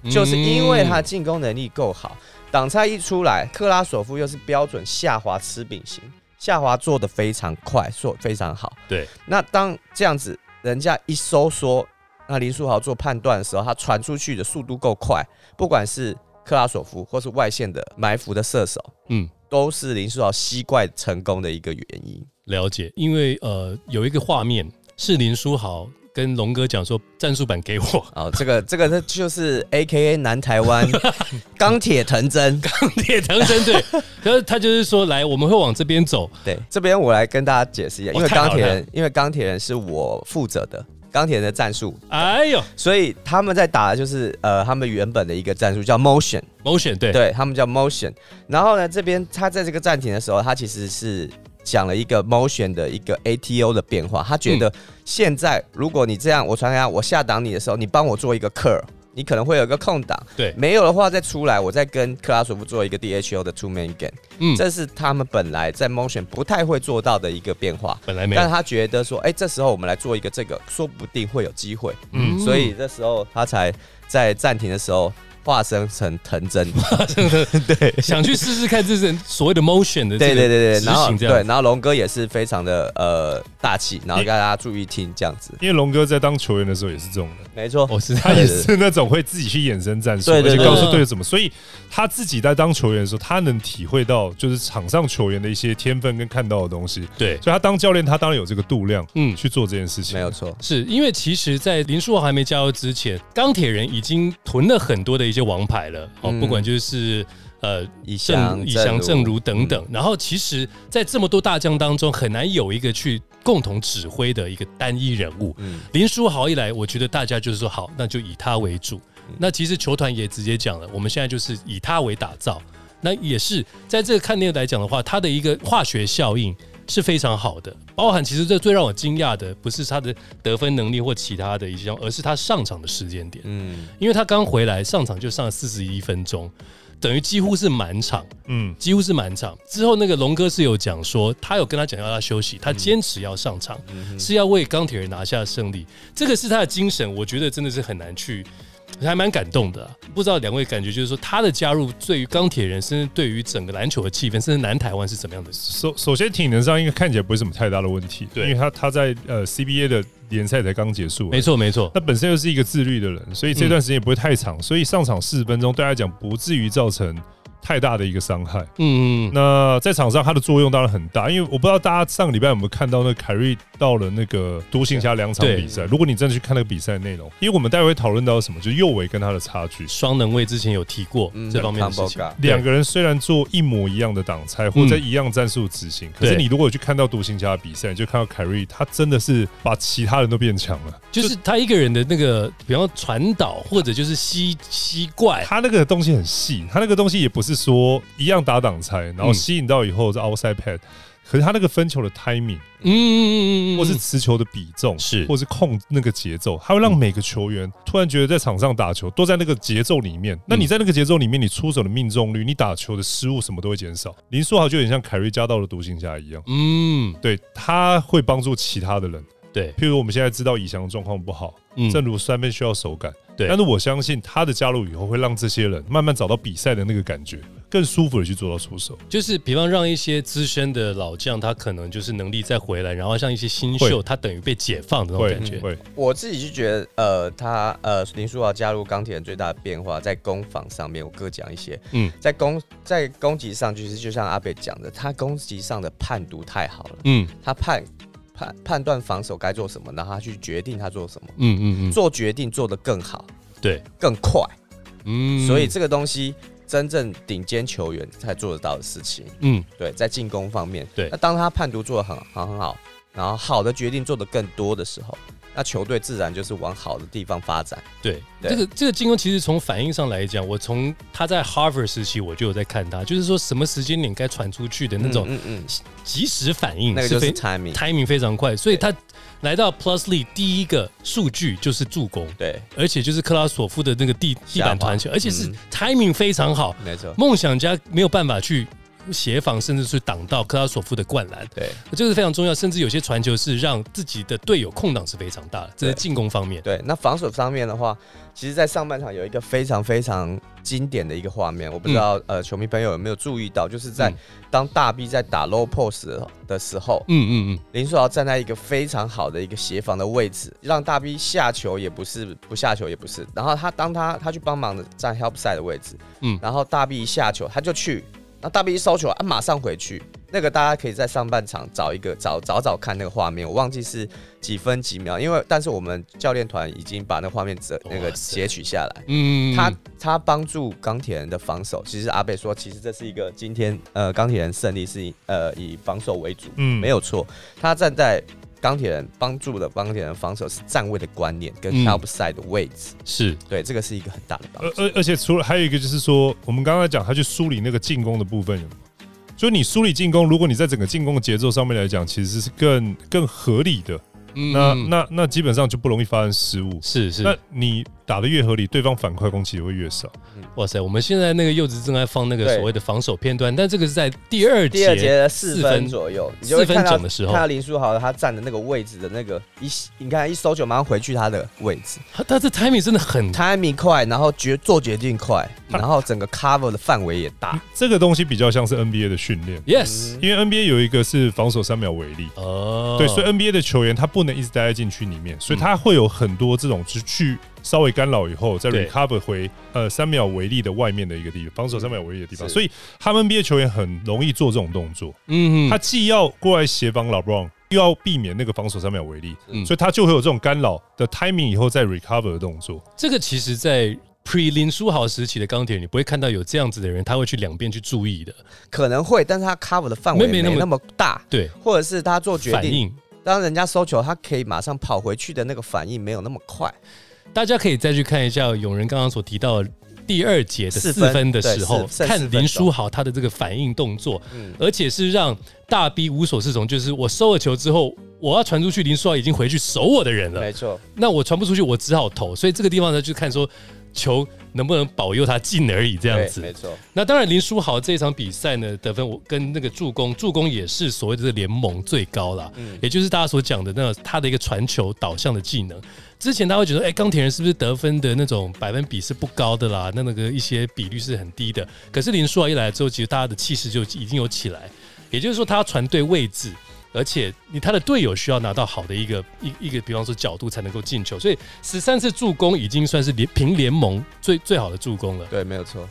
Speaker 2: 嗯
Speaker 1: 就是因为他进攻能力够好，挡拆一出来，克拉索夫又是标准下滑吃饼型，下滑做的非常快，做得非常好。
Speaker 2: 对，
Speaker 1: 那当这样子，人家一收缩，那林书豪做判断的时候，他传出去的速度够快，不管是克拉索夫或是外线的埋伏的射手，
Speaker 2: 嗯。
Speaker 1: 都是林书豪吸怪成功的一个原因。
Speaker 2: 了解，因为呃有一个画面是林书豪跟龙哥讲说，战术版给我
Speaker 1: 哦，这个这个这就是 A K A 南台湾 钢铁藤真。
Speaker 2: 铁藤真对，然后他就是说来，我们会往这边走，
Speaker 1: 对，这边我来跟大家解释一下，因为
Speaker 2: 哦太好
Speaker 1: 钢铁
Speaker 2: 了
Speaker 1: 人，因为钢铁人是我负责的，钢铁人的战术，
Speaker 2: 哎呦
Speaker 1: 所以他们在打的就是呃，他们原本的一个战术叫 motion，
Speaker 2: ，motion 对，
Speaker 1: 对他们叫 motion。然后呢，这边他在这个暂停的时候，他其实是讲了一个 motion 的一个 ATO 的变化。他觉
Speaker 2: 嗯
Speaker 1: 得现在如果你这样，我传给他，我下档你的时候，你帮我做一个 curl，你可能会有一个空档。
Speaker 2: 对
Speaker 1: 没有的话再出来，我再跟克拉索夫做一个 DHO 的 two man game。
Speaker 2: 嗯，
Speaker 1: 这是他们本来在 motion 不太会做到的一个变化。
Speaker 2: 本来没
Speaker 1: 但
Speaker 2: 有，
Speaker 1: 他觉得说，哎、这时候我们来做一个这个，说不定会有机会。
Speaker 2: 嗯
Speaker 1: 嗯，所以这时候他才在暂停的时候化身成藤真。
Speaker 2: 想去试试看这是所谓的 motion 的这
Speaker 1: 对
Speaker 2: 个
Speaker 1: 对对对，
Speaker 2: 执
Speaker 1: 然后
Speaker 2: 行这
Speaker 1: 对，
Speaker 2: 样，
Speaker 1: 然后龙哥也是非常的呃大气，然后大家注意听这样子，
Speaker 3: 因为龙哥在当球员的时候也是这种人，
Speaker 1: 没错，
Speaker 2: 我哦是
Speaker 3: 他也是那种会自己去衍生战术，
Speaker 1: 对
Speaker 3: 而
Speaker 1: 对
Speaker 3: 且
Speaker 1: 对
Speaker 3: 告诉队友怎么，所以他自己在当球员的时候，他能体会到就是场上球员的一些天分跟看到的东西，
Speaker 2: 对，
Speaker 3: 所以他当教练，他当然有这个度量，
Speaker 2: 嗯
Speaker 3: 嗯，去做这件事情，
Speaker 1: 没有错，
Speaker 2: 是因为其实，在林书豪还没加入之前，钢铁人已经囤了很多的一些王牌了哦，
Speaker 1: 嗯
Speaker 2: 不管就是呃
Speaker 1: 以翔
Speaker 2: 郑以翔、
Speaker 1: 正
Speaker 2: 正
Speaker 1: 如嗯
Speaker 2: 如等等。然后其实，在这么多大将当中，很难有一个去共同指挥的一个单一人物。
Speaker 1: 嗯，
Speaker 2: 林书豪一来，我觉得大家就是说好，那就以他为主。
Speaker 1: 嗯
Speaker 2: 那其实球团也直接讲了，我们现在就是以他为打造。那也是在这个看点来讲的话，他的一个化学效应是非常好的。包含其实这最让我惊讶的，不是他的得分能力或其他的一些，而是他上场的时间点。
Speaker 1: 嗯，
Speaker 2: 因为他刚回来上场就上了四十一分钟，等于几乎是满场。
Speaker 3: 嗯，
Speaker 2: 几乎是满场。之后那个龙哥是有讲说，他有跟他讲要他休息，他坚持要上场，是要为钢铁人拿下胜利。这个是他的精神，我觉得真的是很难去，还蛮感动的啊、不知道两位感觉就是说，他的加入对于钢铁人，甚至对于整个篮球的气氛，甚至南台湾是怎么样的？
Speaker 3: 首首先体能上应该看起来不是什么太大的问题，
Speaker 2: 对
Speaker 3: 因为他他在呃 CBA 的联赛才刚结束，
Speaker 2: 没。错，没错，
Speaker 3: 他本身又是一个自律的人，所以这
Speaker 2: 嗯
Speaker 3: 段时间也不会太长，所以上场四十分钟对他来讲不至于造成太大的一个伤害。
Speaker 2: 嗯，
Speaker 3: 那在场上它的作用当然很大，因为我不知道大家上个礼拜有没有看到那凯瑞到了那个独行侠两场
Speaker 2: 对
Speaker 3: 比赛。如果你真的去看那个比赛内容，因为我们待会会讨论到什么，就是右维跟他的差距。
Speaker 2: 双能卫之前有提过
Speaker 1: 嗯
Speaker 2: 这方面的事情
Speaker 1: combo guard，
Speaker 2: 对
Speaker 3: 两个人虽然做一模一样的挡拆或者
Speaker 2: 嗯
Speaker 3: 一样战术执行，可是
Speaker 2: 对
Speaker 3: 你如果有去看到独行侠的比赛，你就看到凯瑞他真的是把其他人都变强了。
Speaker 2: 就是他一个人的那个，比方说传导或者就是吸吸怪，
Speaker 3: 他那个东西很细，他那个东西也不是说一样打挡拆，然后
Speaker 2: 嗯
Speaker 3: 吸引到以后是 outside pad，、可是他那个分球的 timing。
Speaker 2: 嗯嗯嗯嗯嗯，
Speaker 3: 或是持球的比重，
Speaker 2: 是
Speaker 3: 或是控那个节奏，它会让每个球员突然觉得在场上打球都在那个节奏里
Speaker 2: 嗯
Speaker 3: 面。那你在那个节奏里面，你出手的命中率、你打球的失误什么都会减少。林书豪就有点像凯瑞加到的独行侠一样，
Speaker 2: 嗯，
Speaker 3: 对，他会帮助其他的人。
Speaker 2: 对，
Speaker 3: 譬如我们现在知道以翔的状况不好，
Speaker 2: 嗯
Speaker 3: 正如三分需要手感，
Speaker 2: 对
Speaker 3: 但是我相信他的加入以后，会让这些人慢慢找到比赛的那个感觉，更舒服的去做到出手。
Speaker 2: 就是比方让一些资深的老将，他可能就是能力再回来，然后像一些新秀，
Speaker 3: 会
Speaker 2: 他等于被解放的那种
Speaker 3: 会
Speaker 2: 感觉。
Speaker 3: 会，
Speaker 1: 我自己就觉得呃，他呃林书豪加入钢铁人最大的变化在攻防上面，我各讲一些，
Speaker 2: 嗯
Speaker 1: 嗯，在攻在攻击上，其实就像阿贝讲的，他攻击上的判读太好了，
Speaker 2: 嗯
Speaker 1: 他判判判断防守该做什么，然后他去决定他做什么，
Speaker 2: 嗯嗯嗯，
Speaker 1: 做决定做得更好、
Speaker 2: 对，
Speaker 1: 更快。
Speaker 2: 嗯
Speaker 1: 所以这个东西真正顶尖球员才做得到的事情。
Speaker 2: 嗯
Speaker 1: 对，在进攻方面，
Speaker 2: 对
Speaker 1: 那当他判读做得很很很好，然后好的决定做得更多的时候，那球队自然就是往好的地方发展。
Speaker 2: 对
Speaker 1: 对
Speaker 2: 这个这个进攻，其实从反应上来讲，我从他在 Harvard 时期我就有在看他，就是说什么时间点该传出去的那种
Speaker 1: 嗯嗯，嗯
Speaker 2: 及时反应，
Speaker 1: 那个就是
Speaker 2: 非
Speaker 1: timing。
Speaker 2: timing 非常快，所以他来到 Plusly 第一个数据就是助攻，
Speaker 1: 对，
Speaker 2: 而且就是克拉索夫的那个地地
Speaker 1: 下
Speaker 2: 板
Speaker 1: 滑
Speaker 2: 传球，而且是
Speaker 1: 嗯
Speaker 2: timing 非常好，
Speaker 1: 没错，
Speaker 2: 梦想家没有办法去协防，甚至是挡到克拉索夫的灌篮，
Speaker 1: 对
Speaker 2: 这个是非常重要。甚至有些传球是让自己的队友空档是非常大的，这是
Speaker 1: 对
Speaker 2: 进攻方面。
Speaker 1: 对。那防守方面的话，其实，在上半场有一个非常非常经典的一个画面，我不知道、呃，球迷朋友有没有注意到，就是在、
Speaker 2: 嗯
Speaker 1: 当大 B 在打 low post 的时候，
Speaker 2: 嗯嗯嗯，
Speaker 1: 林书豪站在一个非常好的一个协防的位置，让大 B 下球也不是，不下球也不是。然后他当他他去帮忙的站 help side 的位置，
Speaker 2: 嗯
Speaker 1: 嗯，然后大 B 一下球他就去，那大 B 一收球啊，马上回去，那个大家可以在上半场找一个找找找看那个画面，我忘记是几分几秒，因为但是我们教练团已经把那画面折那个
Speaker 2: 哇塞
Speaker 1: 截取下来。
Speaker 2: 嗯
Speaker 1: 他他帮助钢铁人的防守，其实阿贝说，其实这是一个今天呃钢铁人胜利是以呃以防守为主，
Speaker 3: 嗯
Speaker 1: 没有错。他站在钢铁人帮助的钢铁人防守是站位的观念跟
Speaker 2: 嗯呃
Speaker 1: help side 的位置，
Speaker 2: 是
Speaker 1: 对，这个是一个很大的帮
Speaker 3: 而
Speaker 1: 助。
Speaker 3: 而而且除了还有一个就是说，我们刚刚讲他去梳理那个进攻的部分有没有就你梳理进攻，如果你在整个进攻的节奏上面来讲，其实是更更合理的，那
Speaker 2: 嗯
Speaker 3: 那那基本上就不容易发生失误。
Speaker 2: 是是
Speaker 3: 那你打的越合理，对方反快攻其实会越少。
Speaker 2: 哇塞，我们现在那个柚子正在放那个
Speaker 1: 对
Speaker 2: 所谓的防守片段，但这个是在第二
Speaker 1: 第二节
Speaker 2: 节，
Speaker 1: 的四分左右，你就会
Speaker 2: 四分
Speaker 1: 看到
Speaker 2: 整的时候
Speaker 1: 看到林书豪他站的那个位置的那个一，你看一手球马上回去他的位置
Speaker 2: 他他这 timing 真的很
Speaker 1: ，timing 快，然后决做决定 快，
Speaker 3: 他
Speaker 1: 然后整个 cover 的范围也
Speaker 2: 嗯
Speaker 1: 大，
Speaker 3: 这个东西比较像是 NBA 的训练，
Speaker 2: yes
Speaker 1: 嗯
Speaker 3: 因为 NBA 有一个是防守三秒为例，
Speaker 2: 哦，
Speaker 3: 对，所以 NBA 的球员他不能一直待在禁区里面，所以他会有很多这种就是去稍微干扰以后再
Speaker 2: 对
Speaker 3: recover 回呃三秒为例的外面的一个地方，防守三秒为例的地方，
Speaker 1: 是
Speaker 3: 所以他们 NBA 球员很容易做这种动作，
Speaker 2: 嗯
Speaker 3: 他既要过来协防 LeBron，又要避免那个防守三秒为例，
Speaker 2: 嗯
Speaker 3: 所以他就会有这种干扰的 timing 以后再 recover 的动作。
Speaker 2: 这个其实，在 pre 林书豪时期的钢铁人，你不会看到有这样子的人，他会去两边去注意的。
Speaker 1: 可能会，但是他 cover 的范围
Speaker 2: 没
Speaker 1: 没
Speaker 2: 没那么
Speaker 1: 那么大，
Speaker 2: 对，
Speaker 1: 或者是他做决
Speaker 2: 反
Speaker 1: 定，
Speaker 2: 应，
Speaker 1: 当人家收球，他可以马上跑回去的那个反应没有那么快。
Speaker 2: 大家可以再去看一下永仁刚刚所提到的第二节的四
Speaker 1: 四分
Speaker 2: 分的时候
Speaker 1: 对，四
Speaker 2: 看
Speaker 1: 剩四分
Speaker 2: 林书豪他的这个反应动作，
Speaker 1: 嗯，
Speaker 2: 而且是让大 B 无所适从，就是我收了球之后。我要传出去，林书豪已经回去守我的人了。
Speaker 1: 没错，
Speaker 2: 那我传不出去，我只好投。所以这个地方呢，就看说球能不能保佑他进而已，这
Speaker 1: 这
Speaker 2: 样
Speaker 1: 没
Speaker 2: 子。
Speaker 1: 错，
Speaker 2: 那当然，林书豪这一场比赛呢，得分我跟那个助攻，助攻也是所谓的联盟最高啦。
Speaker 1: 嗯
Speaker 2: 也就是大家所讲的那种他的一个传球导向的技能。之前大家会觉得，哎、钢铁人是不是得分的那种百分比是不高的啦？那那个一些比率是很低的。可是林书豪一来之后，其实大家的气势就已经有起来。也就是说，他传对位置，而且你他的队友需要拿到好的一个一一个，比方说角度才能够进球。所以十三次助攻已经算是联平联盟最最好的助攻了。
Speaker 1: 对，没有错。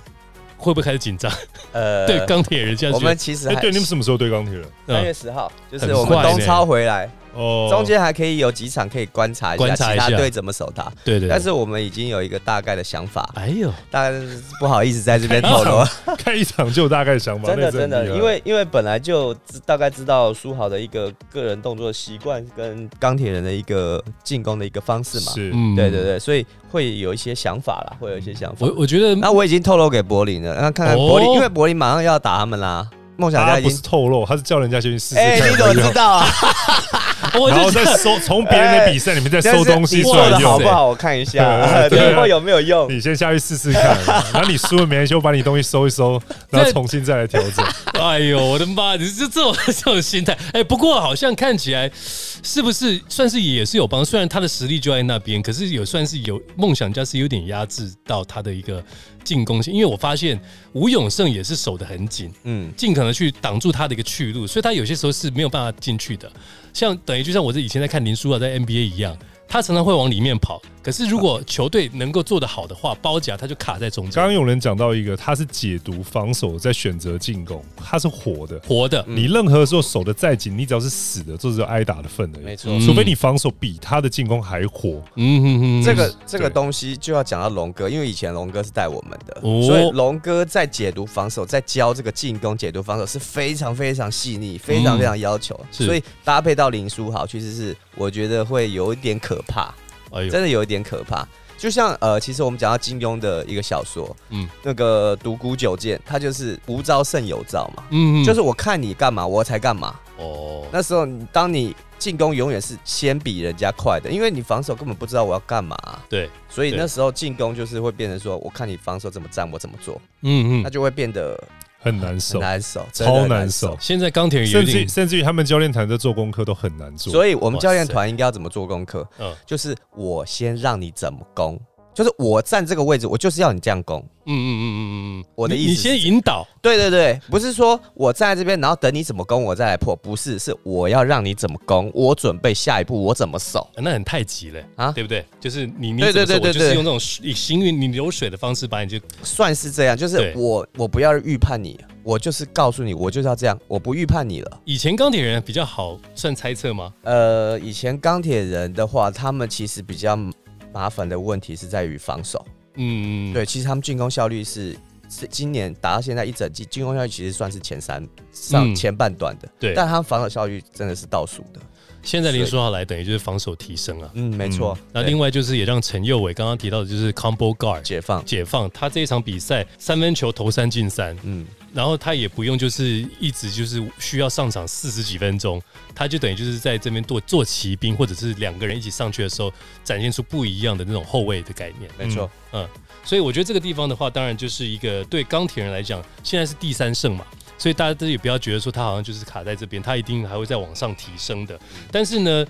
Speaker 2: 会不会开始紧张？
Speaker 1: 呃，
Speaker 2: 对钢铁人现在
Speaker 1: 我
Speaker 2: 觉得
Speaker 1: 们其实
Speaker 3: 哎、
Speaker 1: 还
Speaker 3: 对，你们什么时候对钢铁人？
Speaker 1: 三
Speaker 2: 嗯
Speaker 1: 月十号，就
Speaker 2: 很
Speaker 1: 是我
Speaker 2: 快
Speaker 1: 们东
Speaker 2: 呢
Speaker 1: 超回来，
Speaker 3: 哦
Speaker 1: 中间还可以有几场可以观察一
Speaker 2: 观
Speaker 1: 下
Speaker 2: 察一
Speaker 1: 其
Speaker 2: 下
Speaker 1: 他队怎么守他。
Speaker 2: 对对对
Speaker 1: 但是我们已经有一个大概的想法，
Speaker 2: 哎呦，
Speaker 1: 大概是不好意思在这边透露。
Speaker 3: 看一场就有大概想法，
Speaker 1: 真
Speaker 3: 那
Speaker 1: 的
Speaker 3: 啊很
Speaker 1: 真的
Speaker 3: 厉，害
Speaker 1: 因为因为本来就知大概知道书豪的一个个人动作习惯跟钢铁人的一个进攻的一个方式嘛。
Speaker 3: 是
Speaker 2: 嗯
Speaker 1: 对对。对，所以会有一些想法啦，会有一些想法
Speaker 2: 我。我觉得
Speaker 1: 那我已经透露给柏林了，那看看柏林，
Speaker 2: 嗯哦
Speaker 1: 因为柏林马上要打他们啦。梦想
Speaker 3: 他
Speaker 1: 家已
Speaker 3: 啊不是
Speaker 1: 经，
Speaker 3: 透露，他是叫人家先去试试看。哦
Speaker 1: 哎，你怎么知道 啊？
Speaker 2: 我
Speaker 3: 然后
Speaker 2: 就
Speaker 3: 再收从别人的比赛里面再收东西
Speaker 1: 你
Speaker 3: 出
Speaker 1: 做
Speaker 3: 来
Speaker 1: 的好
Speaker 3: 用
Speaker 1: 不。好？哎我看一下，
Speaker 3: 对
Speaker 1: 对，嗯会有没有用？
Speaker 3: 你先下去试试看，然后你输了没关系，我把你东西 收一收，然后重新再来调整。
Speaker 2: 哎呦，我的妈！你是这种 这种心态，哎，不过好像看起来是不是算是也是有帮？虽然他的实力就在那边，可是有算是有梦想家是有点压制到他的一个进攻性，因为我发现吴永胜也是守得很紧，
Speaker 1: 嗯，
Speaker 2: 尽可能去挡住他的一个去路，所以他有些时候是没有办法进去的。像等于就像我这以前在看林书豪在 NBA 一样，他常常会往里面跑，可是如果球队能够做得好的话，包夹他就卡在中
Speaker 3: 刚
Speaker 2: 间，
Speaker 3: 刚有人讲到一个，他是解读防守，在选择进攻，他是活的。
Speaker 2: 活的。
Speaker 1: 嗯
Speaker 3: 你任何时候守得再紧，你只要是死的，这就是挨打的份而已。
Speaker 1: 错
Speaker 2: 嗯
Speaker 3: 除非你防守比他的进攻还火，
Speaker 2: 嗯哼哼，
Speaker 1: 这个这个
Speaker 3: 对
Speaker 1: 东西就要讲到龙哥，因为以前龙哥是带我们的，
Speaker 2: 哦
Speaker 1: 所以龙哥在解读防守，在教这个进攻解读防守是非常非常细腻，非常非常要
Speaker 3: 嗯
Speaker 1: 求，
Speaker 2: 是
Speaker 1: 所以搭配到林书豪，其实是我觉得会有一点可怕，
Speaker 2: 哎呦，
Speaker 1: 真的有一点可怕。就像呃，其实我们讲到金庸的一个小说，
Speaker 2: 嗯
Speaker 1: 嗯，那个独孤九剑，它就是无招胜有招嘛，
Speaker 2: 嗯
Speaker 1: 就是我看你干嘛，我才干嘛。
Speaker 2: 哦，
Speaker 1: 那时候你当你进攻永远是先比人家快的，因为你防守根本不知道我要干嘛啊、
Speaker 2: 对，
Speaker 1: 所以
Speaker 2: 对
Speaker 1: 那时候进攻就是会变成说，我看你防守怎么站，我怎么做，
Speaker 2: 嗯
Speaker 1: 那
Speaker 2: 嗯，
Speaker 1: 就会变得
Speaker 3: 很难
Speaker 1: 很
Speaker 3: 守，
Speaker 1: 难守，真的
Speaker 3: 超
Speaker 1: 很
Speaker 3: 难
Speaker 1: 难
Speaker 3: 守。。
Speaker 2: 现在钢铁人有
Speaker 3: 甚至
Speaker 2: 点
Speaker 3: 甚至于他们教练团在做功课都很难做。
Speaker 1: 所以我们教练
Speaker 2: 哇
Speaker 1: 团应该要怎么做功课？
Speaker 2: 嗯
Speaker 1: 就是我先让你怎么攻，就是我站这个位置，我就是要你这样攻。
Speaker 2: 嗯嗯嗯嗯嗯嗯，
Speaker 1: 我的意
Speaker 2: 你
Speaker 1: 思
Speaker 2: 你
Speaker 1: 是
Speaker 2: 先引导，
Speaker 1: 对对对，不是说我站在这边，然后等你怎么攻，我再来破，不是，是我要让你怎么攻，我准备下一步我怎么守。
Speaker 2: 啊那很太极了啊，
Speaker 1: 啊
Speaker 2: 对不对？就是你你
Speaker 1: 对
Speaker 2: 怎么
Speaker 1: 对
Speaker 2: 说，
Speaker 1: 对对
Speaker 2: 我就是
Speaker 1: 对
Speaker 2: 用这种以行云你流水的方式把你就
Speaker 1: 算是这样，就
Speaker 2: 对
Speaker 1: 是我我不要预判你，我就是告诉你，我就是要这样，我不预判你了。
Speaker 2: 以前钢铁人比较好算猜测吗？
Speaker 1: 呃，以前钢铁人的话，他们其实比较麻烦的问题是在于防守。
Speaker 2: 嗯，
Speaker 1: 对，其实他们进攻效率是是今年打到现在一整季，进攻效率其实算是前三上
Speaker 2: 嗯
Speaker 1: 前半段的，
Speaker 2: 对
Speaker 1: 但他们防守效率真的是倒数的。
Speaker 2: 现在林书豪来，等于就是防守提升啊。
Speaker 1: 嗯，没错。
Speaker 2: 那
Speaker 1: 对
Speaker 2: 另外就是也让陈佑伟刚刚提到的，就是 combo guard
Speaker 1: 解放，
Speaker 2: 解放，他这一场比赛三分球投三进三，
Speaker 1: 嗯，
Speaker 2: 然后他也不用就是一直就是需要上场四十几分钟，他就等于就是在这边做做骑兵，或者是两个人一起上去的时候，展现出不一样的那种后卫的概念。
Speaker 1: 没错。
Speaker 2: 所以我觉得这个地方的话，当然就是一个对钢铁人来讲，现在是第三胜嘛，所以大家都也不要觉得说他好像就是卡在这边，他一定还会再往上提升的。但是呢，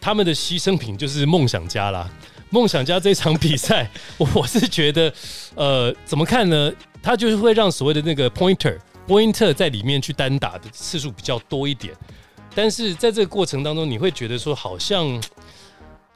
Speaker 2: 他们的牺牲品就是梦想家啦。梦想家这场比赛，我 我是觉得，呃，怎么看呢？他就是会让所谓的那个 pointer pointer 在里面去单打的次数比较多一点，但是在这个过程当中，你会觉得说好像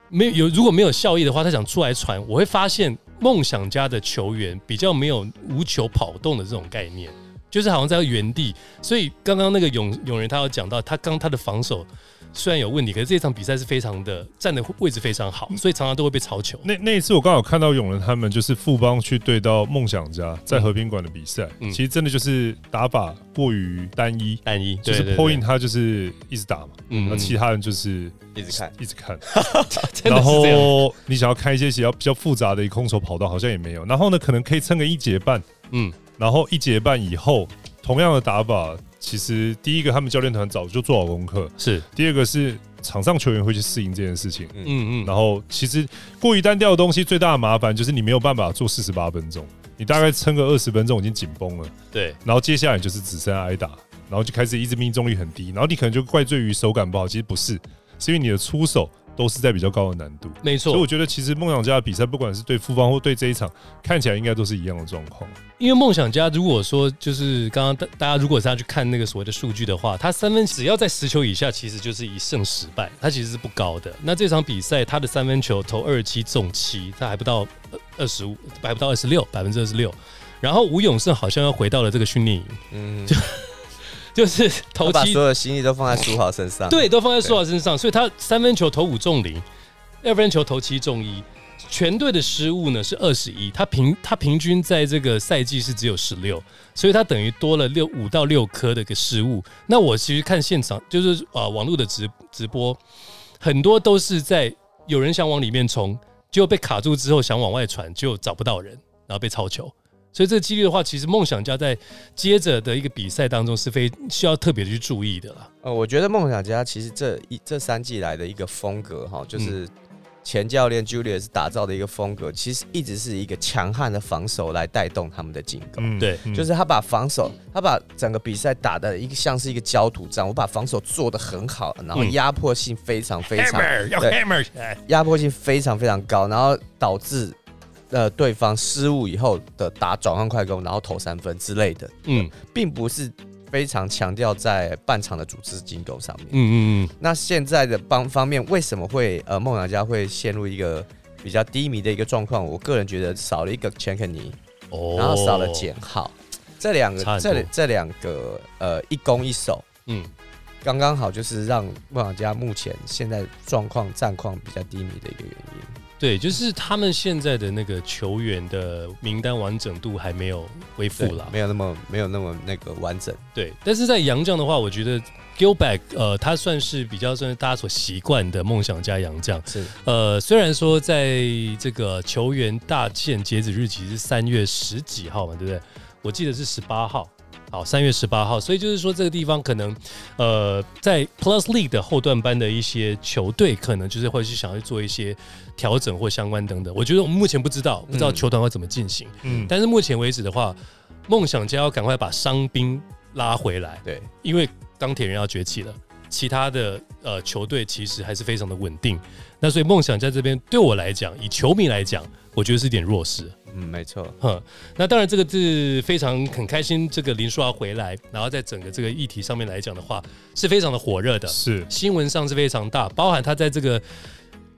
Speaker 2: 没有有如果没有效益的话，他想出来传，我会发现梦想家的球员比较没有无球跑动的这种概念，就是好像在原地。所以刚刚那个永永仁他有讲到，他刚他的防守虽然有问题，可是这场比赛是非常的站的位置非常好，所以常常都会被抄球。
Speaker 3: 那那一次我刚好看到永仁他们就是富邦去对到梦想家在和平馆的比赛，
Speaker 2: 嗯
Speaker 3: 其实真的就是打法过于单一，
Speaker 2: 单一
Speaker 3: 就
Speaker 2: 对
Speaker 3: 是
Speaker 2: 对
Speaker 3: point
Speaker 2: 对，
Speaker 3: 他就是一直打嘛，
Speaker 2: 嗯
Speaker 3: 那其他人就是
Speaker 1: 一直看。
Speaker 3: 一直看，
Speaker 2: 真的
Speaker 3: 然
Speaker 2: 是这样。
Speaker 3: 后你想要看一些比较比较复杂的空手跑道好像也没有，然后呢可能可以撑个一节半，
Speaker 2: 嗯，
Speaker 3: 然后一节半以后同样的打法，其实第一个他们教练团早就做好功课，
Speaker 2: 是，
Speaker 3: 第二个是场上球员会去适应这件事情。
Speaker 2: 嗯嗯，
Speaker 3: 然后其实过于单调的东西最大的麻烦就是你没有办法做四十八分钟，你大概撑个二十分钟已经紧绷了，
Speaker 2: 对，
Speaker 3: 然后接下来就是只剩挨打，然后就开始一直命中率很低，然后你可能就怪罪于手感不好，其实不是，是因为你的出手都是在比较高的难度。
Speaker 2: 没
Speaker 3: 所以我
Speaker 2: 错，
Speaker 3: 觉得，其实梦想家的比赛，不管是对富邦或对这一场，看起来应该都是一样的状况。
Speaker 2: 因为梦想家如果说就是刚刚大大家如果是要去看那个所谓的数据的话，他三分只要在十球以下，其实就是一胜十败，他其实是不高的。那这场比赛他的三分球投二十七中七，他还不到二十五，还不到二十六，百分之二十六。然后吴永胜好像要回到了这个训练营，
Speaker 1: 嗯，
Speaker 2: 就是投
Speaker 1: 我把
Speaker 2: 七
Speaker 1: 所有的心意都放在苏豪身上。
Speaker 2: 对，都放在苏豪身上，所以他三分球投五中零，二分球投七中一，全队的失误呢是二十一，他平他平均在这个赛季是只有十六，所以他等于多了六五到六颗的一个失误。那我其实看现场就是呃网络的直直播，很多都是在有人想往里面冲，结果被卡住之后想往外传，就找不到人，然后被抄球。所以这个几率的话，其实梦想家在接着的一个比赛当中是非需要特别去注意的啦。
Speaker 1: 呃，我觉得梦想家其实这一这三季来的一个风格哈，就是前教练 Julius 打造的一个风格，其实一直是一个强悍的防守来带动他们的进攻。
Speaker 3: 嗯，
Speaker 2: 对
Speaker 1: 就是他把防守，他把整个比赛打的一个像是一个焦土战，我把防守做的很好，然后
Speaker 2: 嗯
Speaker 1: 压迫性非常非常，
Speaker 2: 要
Speaker 1: 对
Speaker 2: hammer 起来
Speaker 1: 压迫性非常非常高，然后导致呃对方失误以后的打转换快攻，然后投三分之类的，
Speaker 2: 嗯
Speaker 1: 并不是非常强调在半场的组织进攻上面。
Speaker 2: 嗯嗯
Speaker 1: 那现在的方方面，为什么会呃梦想家会陷入一个比较低迷的一个状况？我个人觉得少了一个钱肯尼，
Speaker 2: 嗯，哦
Speaker 1: 然后少了简，浩，这两
Speaker 2: 差
Speaker 1: 个
Speaker 2: 很多
Speaker 1: 这这两个呃一攻一守，
Speaker 2: 嗯，
Speaker 1: 刚刚好就是让梦想家目前现在状况战况比较低迷的一个原因。
Speaker 2: 对，就是他们现在的那个球员的名单完整度还没有恢复啦。
Speaker 1: 没有那么没有那么那个完整。
Speaker 2: 对，但是在杨将的话，我觉得 Gilback 呃，他算是比较算是大家所习惯的梦想家杨将。
Speaker 1: 是，
Speaker 2: 呃，虽然说在这个球员大限截止日期是三月十几号嘛，对不对？我记得是十八号，好，三月十八号，所以就是说这个地方可能，呃，在 Plus League 的后段班的一些球队，可能就是会去想要做一些调整或相关等等。我觉得我们目前不知道，不知道
Speaker 1: 嗯
Speaker 2: 球团会怎么进行，
Speaker 3: 嗯，
Speaker 2: 但是目前为止的话，梦想家要赶快把伤兵拉回来，
Speaker 1: 对，
Speaker 2: 因为钢铁人要崛起了，其他的呃球队其实还是非常的稳定。那所以梦想家这边对我来讲，以球迷来讲，我觉得是一点弱势。
Speaker 1: 嗯，没错，
Speaker 2: 哼，那当然这个是非常很开心，这个林书豪回来，然后在整个这个议题上面来讲的话，是非常的火热的，
Speaker 3: 是
Speaker 2: 新闻上是非常大，包含他在这个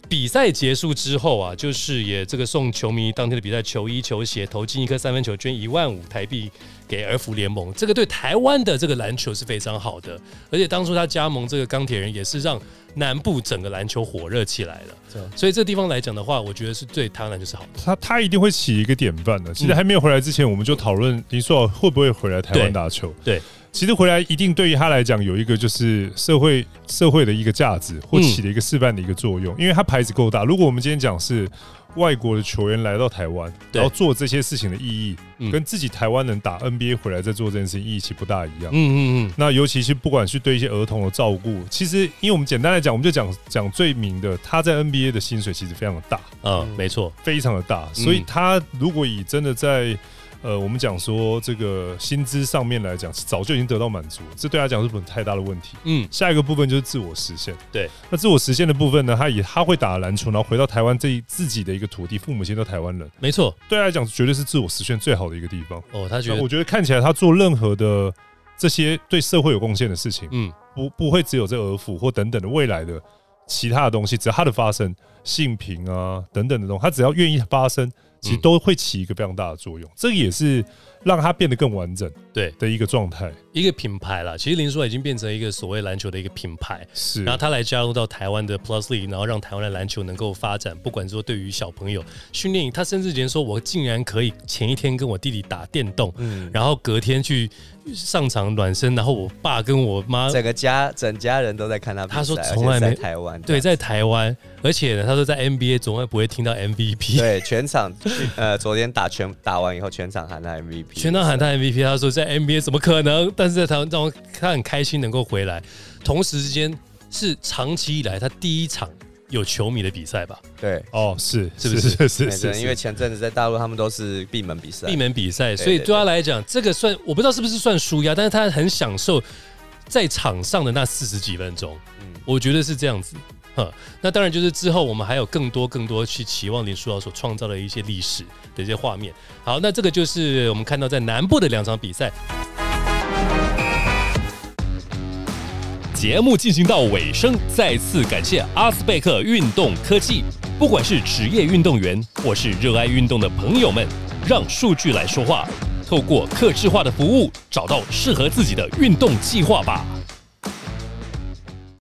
Speaker 2: 比赛结束之后啊，就是也这个送球迷当天的比赛球衣、球鞋，投进一颗三分球，捐一万五台币给儿福联盟。这个对台湾的这个篮球是非常好的，而且当初他加盟这个钢铁人，也是让南部整个篮球火热起来
Speaker 1: 对
Speaker 3: 啊
Speaker 2: 了。所以这地方来讲的话，我觉得是对台湾篮球是好的。
Speaker 3: 他他一定会起一个典范
Speaker 2: 嗯
Speaker 3: 的。其实还没有回来之前，我们就讨论林书豪会不会回来台
Speaker 2: 对
Speaker 3: 湾打球。
Speaker 2: 对，
Speaker 3: 其实回来一定对于他来讲有一个就是社会社会的一个价值，或
Speaker 2: 嗯
Speaker 3: 起了一个示范的一个作用，因为他牌子够大。如果我们今天讲是外国的球员来到台湾，
Speaker 2: 对
Speaker 3: 然后做这些事情的意义，
Speaker 2: 嗯
Speaker 3: 跟自己台湾人打 NBA 回来再做这件事情意义其实不大一样。
Speaker 2: 嗯嗯
Speaker 3: 那尤其是不管是对一些儿童的照顾，其实因为我们简单来讲，我们就讲讲最明的，他在 NBA 的薪水其实非常的大，
Speaker 2: 嗯，啊，没错，
Speaker 3: 非常的大，所以他如果以真的在呃，我们讲说这个薪资上面来讲，早就已经得到满足，这对他讲是不是太大的问题。
Speaker 2: 嗯
Speaker 3: 下一个部分就是自我实现。
Speaker 2: 对，
Speaker 3: 那自我实现的部分呢，他以他会打篮球，然后回到台湾这一自己的一个土地，父母亲都台湾人，
Speaker 2: 没错。
Speaker 3: 对他来讲绝对是自我实现最好的一个地方。
Speaker 2: 哦，他觉
Speaker 3: 那
Speaker 2: 得
Speaker 3: 我觉得看起来他做任何的这些对社会有贡献的事情，
Speaker 2: 嗯
Speaker 3: 不不会只有这儿福或等等的未来的其他的东西，只要它的发生，性平啊等等的东西，它只要愿意发生，其实
Speaker 2: 嗯
Speaker 3: 都会起一个非常大的作用。这个也是让它变得更完整
Speaker 2: 对
Speaker 3: 的一个状态。
Speaker 2: 一个品牌啦，其实林书豪已经变成一个所谓篮球的一个品牌。
Speaker 3: 是
Speaker 2: 然后他来加入到台湾的 Plus League，然后让台湾的篮球能够发展，不管说对于小朋友训练营，他甚至连说我竟然可以前一天跟我弟弟打电动，
Speaker 1: 嗯，
Speaker 2: 然后隔天去上场暖身，然后我爸跟我妈
Speaker 1: 整个家整家人都在看他比赛，
Speaker 2: 他说
Speaker 1: 而且
Speaker 2: 从来
Speaker 1: 是在
Speaker 2: 没
Speaker 1: 台湾
Speaker 2: 对在台湾，而且呢，他说在 NBA 总会不会听到 MVP，
Speaker 1: 对全场 呃昨天打全打完以后全场喊他 MVP，
Speaker 2: 全场喊他 MVP，他说在 NBA 怎么可能？但是在台湾让他很开心能够回来，同时之间是长期以来他第一场有球迷的比赛吧，
Speaker 1: 对。
Speaker 3: 哦，是
Speaker 2: 是不是
Speaker 3: 是是
Speaker 1: 没错
Speaker 3: 是，
Speaker 1: 因为前阵子在大陆他们都是闭门比赛，
Speaker 2: 闭门比
Speaker 1: 对
Speaker 2: 赛，所以
Speaker 1: 对
Speaker 2: 对他来讲，这个算我不知道是不是算输压，但是他很享受在场上的那四十几分钟，
Speaker 1: 嗯
Speaker 2: 我觉得是这样子。哼，那当然就是之后我们还有更多更多去期望林书豪所创造的一些历史的一些画面。好，那这个就是我们看到在南部的两场比赛。节目进行到尾声，再次感谢阿斯贝克运动科技。不管是职业运动员或是热爱运动的朋友们，让数据来说话，透过客制化的服务，找到适合自己的运动计划吧。